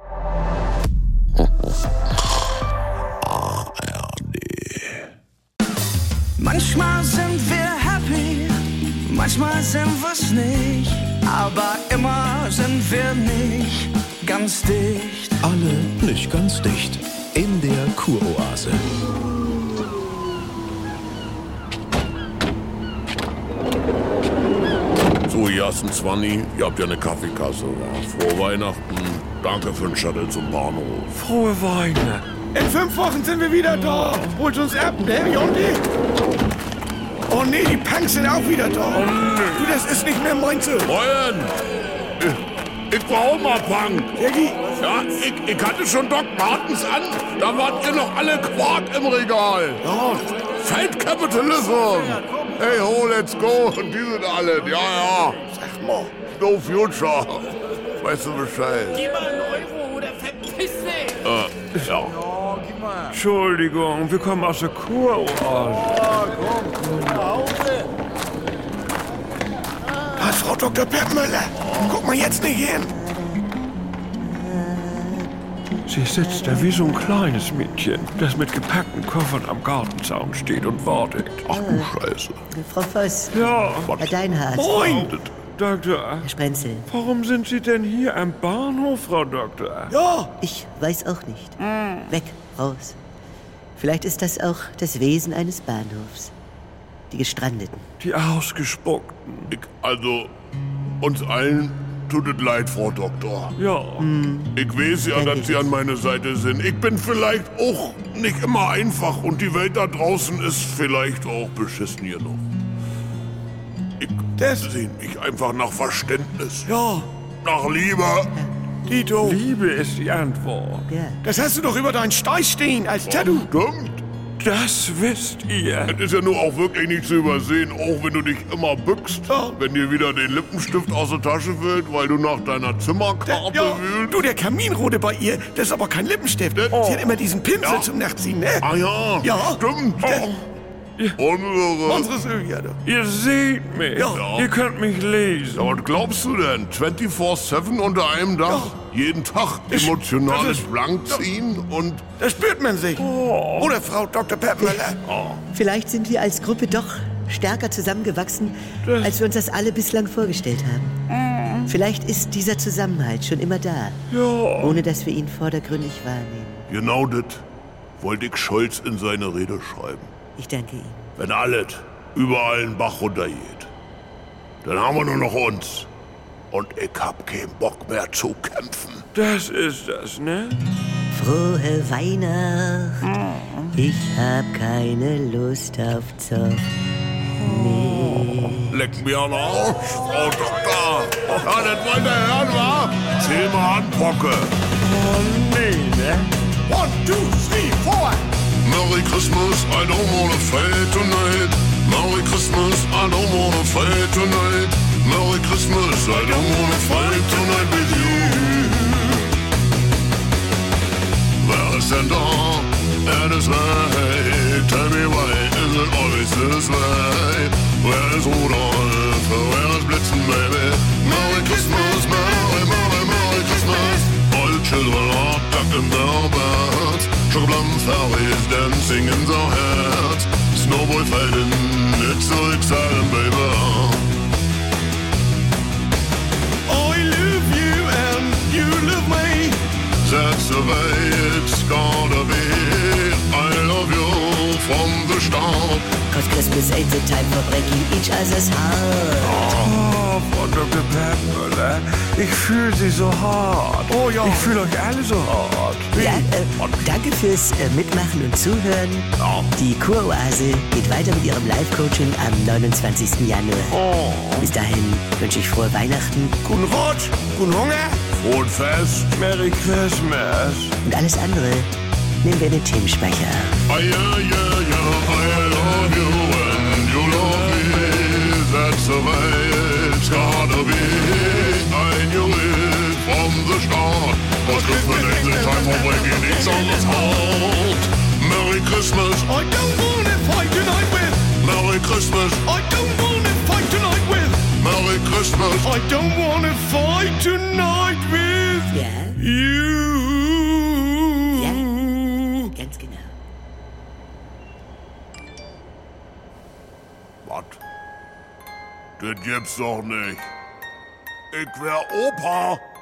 Oh, Manchmal sind wir's nicht, aber immer sind wir nicht ganz dicht. Alle nicht ganz dicht. In der Kuroase. So, Jassen Zwanni, ihr habt ja eine Kaffeekasse. Ja. Frohe Weihnachten. Danke für den Shuttle zum Bahnhof. Frohe Weine. In fünf Wochen sind wir wieder da. Holt uns ab, ne, Jondi? Oh nee, die Punks sind auch wieder da. Oh nee. Du, das ist nicht mehr meins. Moin! Ich, ich war auch mal Punk. Jackie, Ja, ich, ich hatte schon Doc Martens an. Da wart ihr noch alle Quark im Regal. oh, Fake Capitalism. Hey ho, let's go. Und die sind alle. Ja, ja. sag mal. No future. Weißt du Bescheid? Gib mal einen Euro oder verpiss dich! Äh, ja. Entschuldigung, wir kommen aus der Kuroase. Ah, Frau Dr. Peppmüller, guck mal jetzt nicht hin. Sie sitzt da wie so ein kleines Mädchen, das mit gepackten Koffern am Gartenzaun steht und wartet. Ach du Scheiße. Frau Voss, Ja, Herr Deinhardt, Freund. Doktor, Herr Sprenzel, warum sind Sie denn hier am Bahnhof, Frau Doktor? Ja, ich weiß auch nicht. Weg, raus. Vielleicht ist das auch das Wesen eines Bahnhofs. Die Gestrandeten. Die Ausgespuckten. Ich, also, uns allen tut es leid, Frau Doktor. Ja, Hm. Ich weiß ja, dass Sie an meiner Seite sind. Ich bin vielleicht auch nicht immer einfach und die Welt da draußen ist vielleicht auch beschissen hier noch. Ich Das- sehne mich einfach nach Verständnis, ja, nach Liebe. Dito. Liebe ist die Antwort. Ja. Das hast du doch über deinen Steig stehen als Tattoo. Stimmt. Das wisst ihr. Das ist ja nur auch wirklich nicht zu übersehen, auch wenn du dich immer bückst, Ja. wenn dir wieder den Lippenstift aus der Tasche fällt, weil du nach deiner Zimmerkarte Ja, wühlst. du, der Kaminrode bei ihr, das ist aber kein Lippenstift. Oh. Sie hat immer diesen Pinsel Ja. zum Nachziehen, ne? Ah ja, Ja. stimmt. Ja. Unsere. Unsere Sylvia, du. Ihr seht mich. Ja. Ihr könnt mich lesen. Ja, was glaubst du denn? 24-7 unter einem Dach? Jeden Tag Ich- emotionales das ist- Blankziehen und Da spürt man sich. Oh. Oder Frau Dr. Peppmüller. Vielleicht sind wir als Gruppe doch stärker zusammengewachsen, als wir uns das alle bislang vorgestellt haben. Vielleicht ist dieser Zusammenhalt schon immer da, ohne dass wir ihn vordergründig wahrnehmen. genau das wollte ich Scholz in seine Rede schreiben. Ich danke Ihnen. Wenn alles überall einen Bach runtergeht, dann haben wir nur noch uns. Und ich hab keinen Bock mehr zu kämpfen. Das ist das, ne? Frohe Weihnacht, ich hab keine Lust auf Zoff. Leck mir an den Arsch, Frau Doktor. Ja, das wollt ihr hören, wa? Zähl mal an, Pocke. One, two, three, four. Merry Christmas, I don't wanna fight tonight. Merry Christmas, I don't wanna fight tonight. Merry Christmas, I don't wanna fight tonight with you. Wer ist denn da? It is right. Tell me why is it always this way? Where is Rudolph? Where is Blitzen, baby? Merry Christmas, Merry, Merry, Merry Christmas. All the children are tucked in their beds. Sugarplum fairies dancing in their heads. Snowball fighting, it's so exciting, baby. I love you and you love me. That's the way it's gotta be. I love you from the start. Cause Christmas ain't the time for breaking each other's heart. Oh, Frau Dr. Peppmüller, ich fühle Sie so hart. Oh ja. Ich fühle euch alle so hart. Ja, äh, danke fürs äh, Mitmachen und Zuhören. Die Kuroase geht weiter mit ihrem Live-Coaching am 29. Januar. Bis dahin wünsche ich frohe Weihnachten Guten Rutsch, guten Hunger. Und fest. Merry Christmas. und alles andere nehmen wir in den I, Themenspeicher. yeah, yeah, yeah. I love you and you love me. That's the way it's gotta be. I knew it from the start. But Christmas ain't the time for breaking each other's heart. Merry Christmas, I don't wanna fight tonight with. Merry Christmas, I don't wanna fight tonight with. Merry Christmas. I don't wanna fight tonight with Ja, you. Ja. ganz genau. Was? Das gibt's doch nicht. Ich wär Opa.